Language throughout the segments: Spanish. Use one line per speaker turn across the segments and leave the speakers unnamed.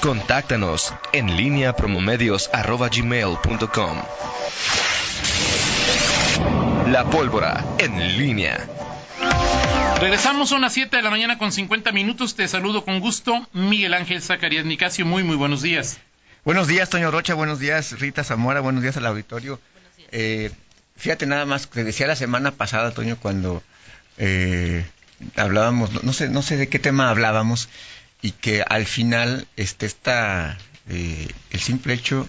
Contáctanos en línea promomedios.com. La pólvora en línea.
Regresamos, son las 7 de la mañana con 50 minutos. Te saludo con gusto, Miguel Ángel Zacarías Nicasio. Muy, muy buenos días.
Buenos días, Toño Rocha. Buenos días, Rita Zamora. Buenos días al auditorio. Días. Eh, fíjate nada más, te decía la semana pasada, Toño, cuando eh, hablábamos, no, no, sé, no sé de qué tema hablábamos, y que al final este, está eh, el simple hecho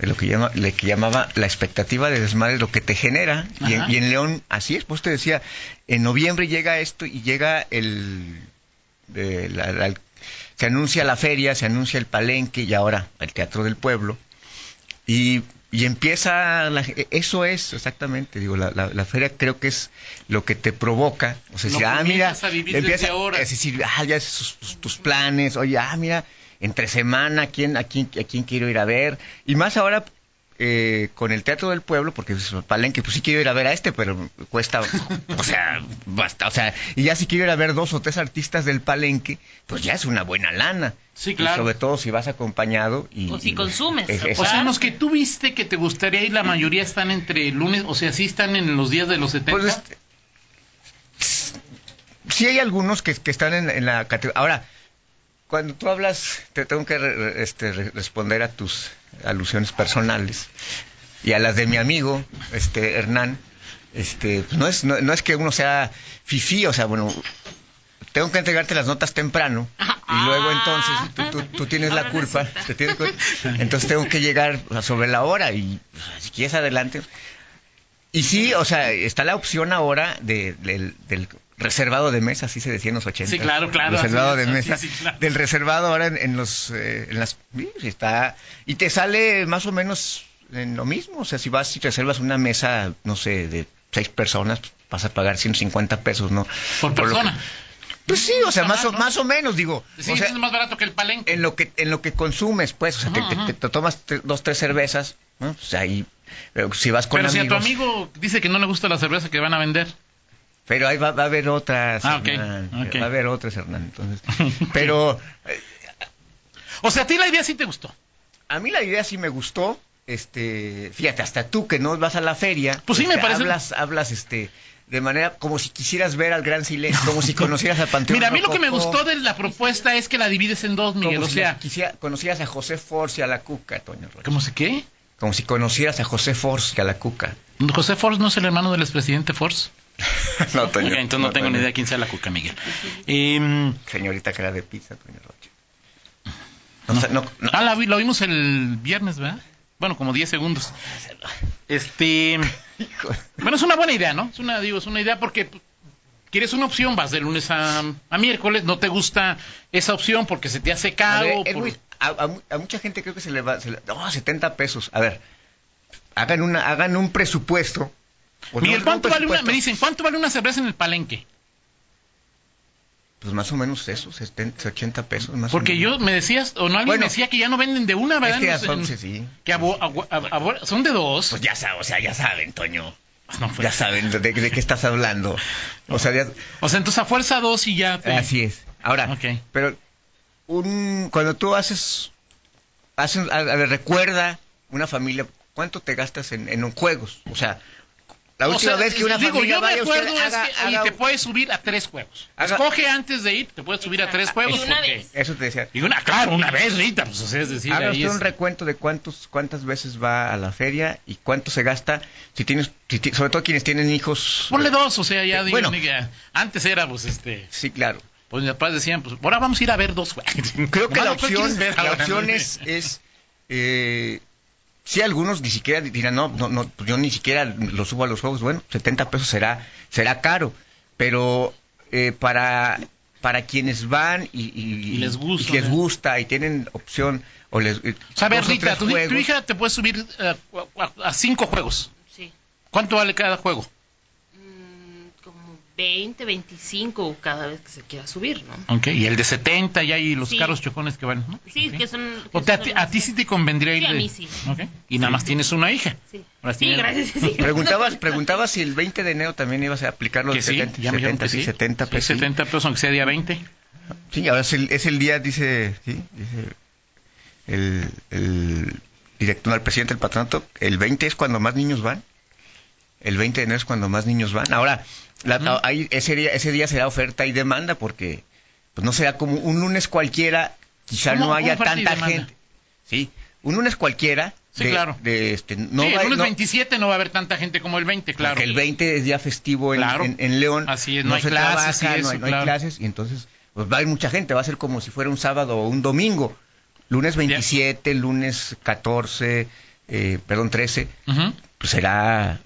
de lo que, llama, le que llamaba la expectativa de desmadre, lo que te genera. Y en, y en, León, así es, pues te decía, en noviembre llega esto y llega el. Eh, la, la, se anuncia la feria, se anuncia el palenque y ahora el Teatro del Pueblo. Y, y empieza. La, e, eso es exactamente, digo, la, la, feria creo que es lo que te provoca. O sea, no si, ah, mira,
a vivir empieza, desde ahora.
Es decir, ah, ya sus, tus, tus planes, oye, ah, mira entre semana, a quién, a quién, a quién quiero ir a ver. Y más ahora eh, con el Teatro del Pueblo, porque pues, Palenque, pues sí quiero ir a ver a este, pero cuesta, o sea, basta, o sea, y ya si quiero ir a ver dos o tres artistas del Palenque, pues ya es una buena lana.
Sí, claro.
Y sobre todo si vas acompañado y...
O si
y,
consumes.
Es, es, o sea, los que tú viste que te gustaría ir, la mayoría están entre lunes, o sea, sí están en los días de los 70. Pues este,
este, sí hay algunos que, que están en, en la categoría... Ahora, cuando tú hablas, te tengo que re, este, re, responder a tus alusiones personales y a las de mi amigo, este Hernán. Este, pues no es no, no, es que uno sea fifí, o sea, bueno, tengo que entregarte las notas temprano y luego entonces tú, tú, tú tienes la culpa, te tienes que, entonces tengo que llegar sobre la hora y pues, si quieres adelante. Y sí, o sea, está la opción ahora de, de, del reservado de mesa, así se decía en los 80.
Sí, claro, claro.
Reservado
sí,
de mesa. Sí, sí, claro. Del reservado ahora en, en los. Eh, en las, está, y te sale más o menos en lo mismo. O sea, si vas y si reservas una mesa, no sé, de seis personas, vas a pagar 150 pesos, ¿no?
Por, Por persona.
Que, pues sí, o sea, más, barato, o, ¿no? más o menos, digo.
Sí,
o sea, eh,
es más barato que el palenque.
En lo que, en lo que consumes, pues, o sea, ajá, te, ajá. Te, te, tomas dos, tres cervezas, ¿no? O sea, ahí, pero si vas con
Pero
amigos,
si a tu amigo dice que no le gusta la cerveza que van a vender.
Pero ahí va, va, a haber otras,
ah, okay, okay.
Va a haber otras, Hernán. Entonces, pero... Eh,
o sea, ¿a ti la idea sí te gustó?
A mí la idea sí me gustó. Este, fíjate, hasta tú que no vas a la feria.
Pues sí
este,
me parece...
Hablas, hablas, este, de manera como si quisieras ver al gran silencio, como si conocieras al Panteón
Mira, a mí lo que me gustó de la propuesta es que la divides en dos, Miguel,
como
o
si
sea...
Quisiera, conocieras a José Force y a la Cuca, Toño. Rocha.
¿Cómo si qué?
Como si conocieras a José Force y a la Cuca.
¿José Force no es el hermano del expresidente Force?
no, Toño. Okay,
entonces no, no tengo Toño. ni idea quién sea la cuca, Miguel. Eh,
Señorita cara de pizza, Toño Rocha.
No, no, ah, la, vi, la vimos el viernes, ¿verdad? Bueno, como 10 segundos. Este. bueno, es una buena idea, ¿no? Es una, digo, es una idea porque quieres una opción, vas de lunes a, a miércoles, no te gusta esa opción porque se te hace caro.
A, ver, por... muy, a, a mucha gente creo que se le va. Se le, no, 70 pesos. A ver, hagan, una, hagan un presupuesto.
Pues Miguel, no, ¿cuánto vale una, me dicen, ¿cuánto vale una cerveza en el palenque?
Pues más o menos eso, 70, 80 pesos. Más
Porque
o
yo
menos.
me decías, o no alguien bueno, me decía que ya no venden de una, ¿verdad?
Es que ya son,
en,
sí, sí.
Que abo, abo, abo, son de dos.
Pues ya saben, o sea, ya saben, Toño.
No, pues,
ya saben de, de, qué estás hablando. O sea, ya,
o sea, entonces a fuerza dos y ya.
Pues. Así es. Ahora,
okay.
pero un, cuando tú haces, haces a, a ver, recuerda una familia, ¿cuánto te gastas en, en juegos? O sea, la última o sea, vez que una
digo,
familia
yo me
vaya,
acuerdo
usted, haga,
es que haga, te puedes subir a tres juegos. Haga, Escoge antes de ir, te puedes subir a tres juegos.
Y una vez.
Eso te decía.
Y una, claro, una vez, Rita. Pues, o sea, es decir,
Haga usted un recuento de cuántos, cuántas veces va a la feria y cuánto se gasta. Si tienes, si ti, sobre todo quienes tienen hijos.
Ponle dos, o sea, ya eh, digo, bueno, ya, antes era, pues, este.
Sí, claro.
Pues mis papás decían, pues, ahora vamos a ir a ver dos juegos.
Creo que la opción, ver, la opción es, es eh, Sí, algunos ni siquiera dirán, no, no, no, yo ni siquiera lo subo a los juegos. Bueno, 70 pesos será, será caro, pero eh, para, para quienes van y, y,
y les, gusta,
y les gusta y tienen opción o les...
Sabes, Rita, tu, tu, hija te puede subir uh, a, a, cinco juegos.
Sí.
¿Cuánto vale cada juego?
Mm, como 20, 25 cada vez que se quiera subir, ¿no?
Ok, y el de 70 ya y los sí. caros chocones que van, ¿no?
Sí, okay. que son... Que
o sea,
son
a, ti, a ti sí te convendría ir
sí, a mí sí.
Okay. Y nada más tienes una hija.
Sí, sí gracias. Sí.
Preguntabas, preguntabas si el 20 de enero también ibas a aplicar los
que
70,
sí, ya
70,
sí,
70 pesos.
70 pesos, aunque sea día 20.
Sí, ahora es el, es el día, dice, sí, dice el, el director, al presidente del patronato, el 20 es cuando más niños van. El 20 de enero es cuando más niños van. Ahora, la-
Ujú.
ahí ese, día, ese día será oferta y demanda porque pues no será como un lunes cualquiera, quizá
¿Cómo?
no haya
Oferta y
tanta
demanda.
gente. Sí, un lunes cualquiera.
Sí,
de-
claro.
de, este, no
sí,
va-
el lunes
no-
27 no va a haber tanta gente como el 20, claro.
porque el 20 es día festivo en,
Claro.
en- en León.
Así es, no hay clases y
no, hay,
eso,
no hay
claro.
clases. Y entonces pues, va a ir mucha gente. Va a ser como si fuera un sábado o un domingo. Lunes 27, lunes 14, eh, perdón, 13.
Ujú.
Pues será,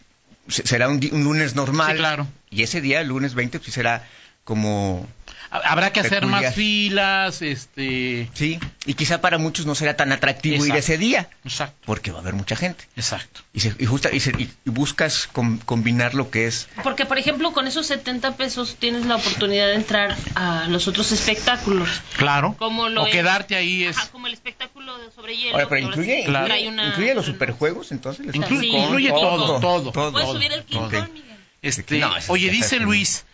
se- será un, di- un lunes normal.
Sí, claro.
Y ese día, el lunes 20, pues sí será como...
Ha- Habrá que hacer
Peculiar.
más filas, este...
Sí. Y quizá para muchos no será tan atractivo ir
Exacto.
ese día.
Exacto,
Porque va a haber mucha gente.
exacto.
Y, se- y justa- y se- y- y buscas com- combinar lo que es...
Porque, por ejemplo, con esos 70 pesos tienes la oportunidad de entrar a los otros espectáculos.
Ah, Claro.
Como lo
o
es-
quedarte ahí es...
Ajá, como el espectáculo de sobre hielo.
Ahora, pero
que ahora
incluye,
sí
Claro.
trae una-
incluye los superjuegos, entonces. les-
Incluye-
Sí.
incluye todo, todo,
¿Puedes
todo,
subir el
todo.
quintón,
Ok.
Miguel?
Este,
No, ese-
oye,
ese
dice
es un-
Luis,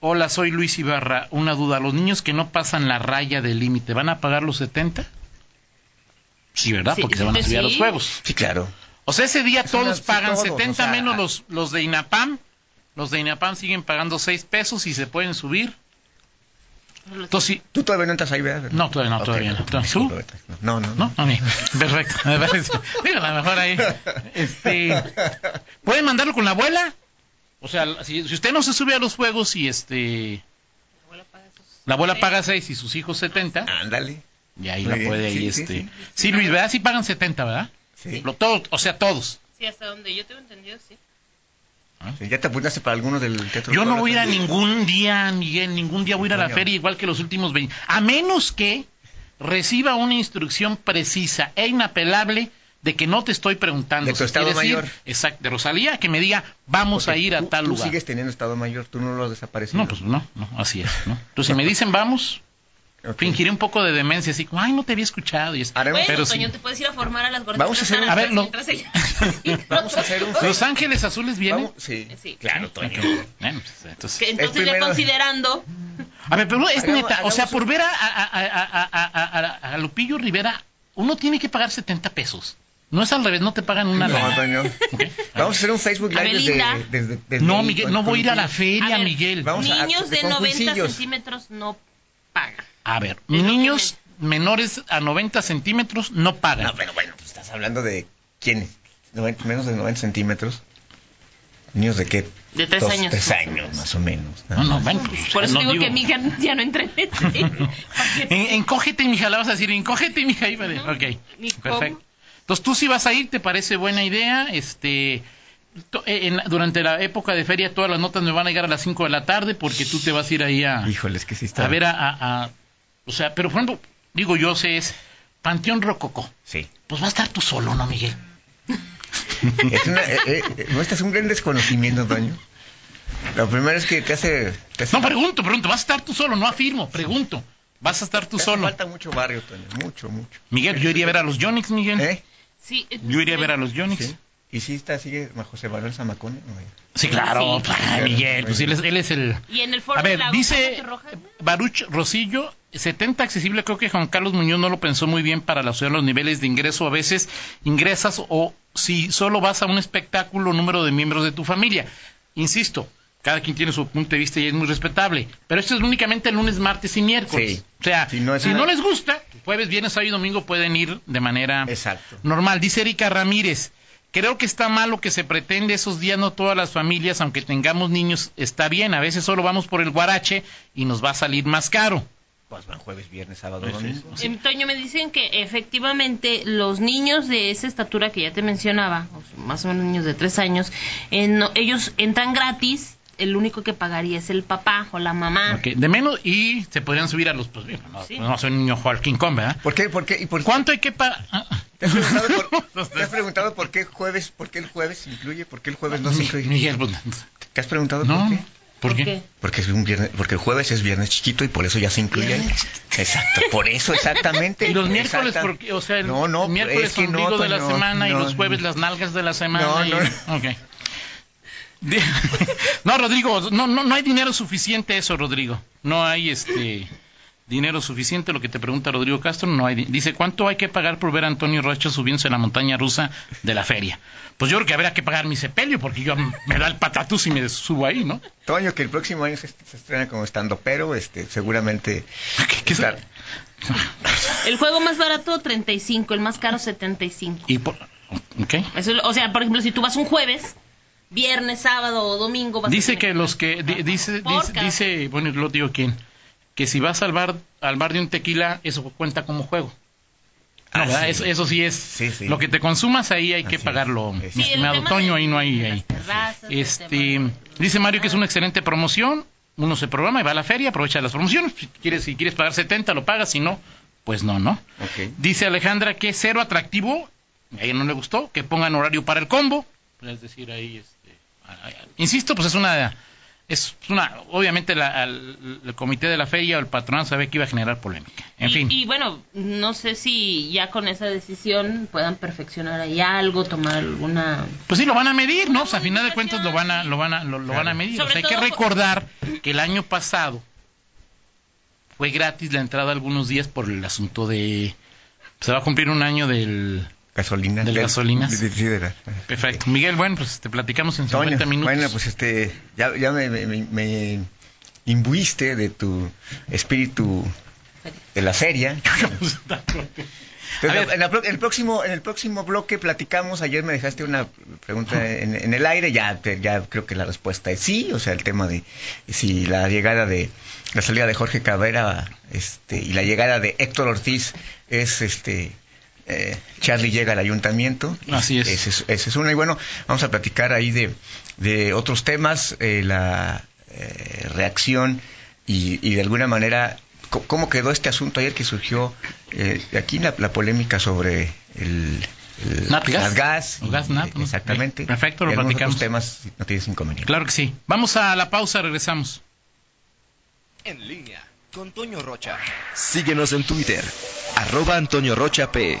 hola, soy Luis Ibarra, una duda, los niños que no pasan la raya del límite, ¿van a pagar los 70? Sí, ¿verdad?
Sí,
Porque se van a
sí,
subir a
sí.
los juegos.
Sí, claro.
O sea, ese día
Es una-
todos
sí,
pagan
todos,
70
o sea,
menos
ah.
los, los de INAPAM. Los de INAPAM siguen pagando 6 pesos y se pueden subir. Entonces, sí,
Tú todavía no entras ahí, ¿verdad?
No, todavía no, todavía no. ¿Tú?
Disculpa, No, no,
¿no?
no.
A mí. Perfecto. Me parece. Mira, a lo mejor ahí. Este, ¿Pueden mandarlo con la abuela? O sea, si, si usted no se sube a los juegos y este... La abuela paga 6 y sus hijos 70,
Ándale.
y ahí
Muy
la
bien,
puede ahí,
sí, sí,
este... Sí,
sí.
Luis, ¿verdad? Sí pagan 70, ¿verdad?
Sí.
Lo, todo, o sea, todos.
Sí, hasta donde yo tengo entendido, sí.
Sí, Ya te apuntaste para alguno del teatro.
Yo no
Colón,
voy a ir a
también.
ningún día, Miguel, ningún día voy a ir a la
Coño.
feria igual que los últimos 20. A menos que reciba una instrucción precisa e inapelable de que no te estoy preguntando.
De tu
Si
estado
quieres ir,
mayor.
exacto, de Rosalía, que me diga, vamos
Porque
a ir a
tú-
tal
tú
lugar.
sigues teniendo estado mayor, tú no lo has desaparecido.
No, pues no, no, así es. ¿no? Entonces, si me dicen, vamos,
Ok. Ah,
fingiré un poco de demencia, así como, ay, no te había escuchado. Y es-
Haremos-
Bueno,
pero
Toño,
sí.
te puedes ir a formar a las gorditas.
Vamos a hacer un-
A ver, no.
mientras ella-
Vamos a hacer un...
Los Ángeles Azules vienen.
Vamos- Sí.
Sí.
Claro, Toño.
Bueno, pues, entonces-
Que entonces ya
primero-
considerando...
A ver, pero es
Hagamos-
neta, o sea,
hagamos
por ver a, a- a- a- a- a- a Lupillo Rivera, uno tiene que pagar 70 pesos. No es al revés, no te pagan una
No,
lana.
Toño. Vamos a hacer un Facebook Live desde,
Abelinda.
desde- desde-
No, Miguel, no
con-
voy a ir a la
con-
feria,
A ver,
Miguel.
Vamos a-
niños de
con
90
cuchillos.
centímetros no pagan.
A ver,
Es lo que
niños menores a 90 centímetros no pagan.
No, pero bueno, pues estás hablando de quién, 90 menos de 90 centímetros. Niños de qué?
De tres
Dos,
años.
Tres años, más o menos.
no, no, bueno, pues,
Por eso
no
digo, que mi hija ya no entra en este.
En- encógete, mija, la vas a decir, encógete, mija. iba de-
Ujú.
Ok,
Ni cómo.
perfecto. Entonces tú sí vas a ir, te parece buena idea. Este, to- eh, en- durante la época de feria todas las notas me van a llegar a las 5 de la tarde porque tú te vas a ir ahí a,
Híjoles, que sí está.
a ver a, a- a- O sea, pero por ejemplo, digo yo, sé es Panteón Rococó.
Sí.
Pues va a estar tú solo, ¿no, Miguel?
Es una, eh, eh, eh, no, este es un gran desconocimiento, Toño. Lo primero es que te hace. Te hace-
No, pregunto, pregunto, vas a estar tú solo, no afirmo, pregunto. Vas a estar tú
te hace
solo.
Falta mucho barrio, Toño. Mucho, mucho.
Miguel, yo iría a ver a los Yonix, Miguel.
¿Eh?
Sí, eh,
Yo iría a ver a los Yonix.
Sí. ¿Y si está, sigue José Manuel Zamacone? No,
Sí, claro,
Sí.
ah, Miguel, pues él es, él es el...
Y en el foro
A
de
ver,
la
dice eh,
González Rojas, ¿no?
Baruch Rosillo, 70 accesible, creo que Juan Carlos Muñoz no lo pensó muy bien para la ciudad, los niveles de ingreso, a veces ingresas o si solo vas a un espectáculo, número de miembros de tu familia. Insisto, cada quien tiene su punto de vista y es muy respetable, pero esto es únicamente lunes, martes y miércoles.
Sí.
O sea, si
Si
no,
no es una-
les gusta, jueves, viernes, sábado y domingo pueden ir de manera
Exacto.
normal. Dice Erika Ramírez, creo que está mal lo que se pretende esos días, no todas las familias, aunque tengamos niños, está bien. A veces solo vamos por el guarache y nos va a salir más caro.
Pues van jueves, viernes, sábado,
Eso es.
domingo.
Em, Toño, me dicen que efectivamente los niños de esa estatura que ya te mencionaba, o sea, más o menos niños de tres años, eh, no- ellos entran gratis, el único que pagaría es el papá o la mamá.
Ok, De menos, y se podrían subir a los... Pues, bien, no,
Sí.
no soy un niño Joaquín Kong, ¿verdad?
¿Por qué? ¿Por qué? ¿Y por qué?
¿Cuánto hay que Ah, pagar?
¿Te has, preguntado por, te has preguntado por qué jueves, por qué el jueves se incluye, por qué el jueves no se incluye?
Miguel, pues,
¿Te has preguntado
no,
por qué?
¿por qué?
Porque es un viernes, porque el jueves es viernes chiquito y por eso ya se incluye. ahí. Exacto, por eso exactamente.
Y los miércoles,
Exacta-
porque, o sea, el
no, no,
miércoles
es que no,
ombligo de la
Toño,
semana y
no,
los jueves las nalgas de la semana.
No,
y-
no.
ok. Di- No, Rodrigo, no, no, no hay dinero suficiente eso, Rodrigo. No hay este. dinero suficiente, lo que te pregunta Rodrigo Castro, no hay. di- Dice, ¿cuánto hay que pagar por ver a Antonio Rocha subiéndose a la montaña rusa de la feria? Pues yo creo que habrá que pagar mi sepelio, porque yo me da el patatús y me subo ahí, ¿no?
Toño, que el próximo año se, se estrena como estando, pero este, seguramente.
¿Qué- qué es-
Claro.
El juego más barato, 35. El más caro, 75.
Y por- ok.
Eso, es- o sea, por ejemplo, si tú vas un jueves, viernes, sábado o domingo... Vas a
Dice
tener
que los que di-
Ajá.
dice
Por
dice,
cada-
dice- bueno lo digo quién que si vas al bar al bar de un tequila eso cuenta como juego. No,
Ah,
¿verdad?
sí.
Eso, eso sí es
Sí, sí.
lo que te consumas ahí hay que
Así es.
pagarlo.
Sí,
mi
el
estimado
tema
Toño
de-
ahí no hay
de
ahí.
las terrazas, el
Este
tema de-
dice Mario que es una excelente promoción, uno se programa y va a la feria, aprovecha las promociones, si quieres si quieres pagar 70 lo pagas, si no pues no, ¿no?
Ok.
Dice Alejandra que es cero atractivo, a ella no le gustó, que pongan horario para el combo. Es decir, ahí, este, a- a- insisto, pues es una, es una, obviamente la- al- el comité de la feria o el patronato sabe que iba a generar polémica. En
y,
fin,
y bueno, no sé si ya con esa decisión puedan perfeccionar ahí algo, tomar alguna...
pues sí, lo van a medir, ¿no? O sea, a final de cuentas lo van a, lo van a, lo, lo van a medir. O sea,
Sobre
hay que
todo por-
recordar que el año pasado fue gratis la entrada algunos días por el asunto de, se va a cumplir un año del...
Gasolina.
Del gasolinas.
de- sí, de la-
Perfecto. Miguel, bueno, pues te platicamos en 50
Toño,
minutos.
bueno, pues este, ya, ya me, me- me- me imbuiste de tu espíritu de la feria. Pero
A ver.
en, la pro- en el próximo, en el próximo bloque platicamos, ayer me dejaste una pregunta en, en el aire, ya, te- ya creo que la respuesta es sí, o sea, el tema de si la llegada de, la salida de Jorge Cabrera este, y la llegada de Héctor Ortiz es este... eh, Charlie llega al ayuntamiento.
Así es.
Ese es, ese es uno. Y bueno, vamos a platicar ahí de, de otros temas, eh, la eh, reacción y, y de alguna manera co- cómo quedó este asunto ayer que surgió eh, aquí la, la polémica sobre el, el
Natgas.
Natgas
O gas nat, ¿no?
Exactamente.
Perfecto, lo
Y algunos
platicamos.
otros temas, si no tienes inconveniente.
Claro que sí. Vamos a la pausa, regresamos.
En línea con Toño Rocha. Síguenos en Twitter, arroba Antonio Rocha P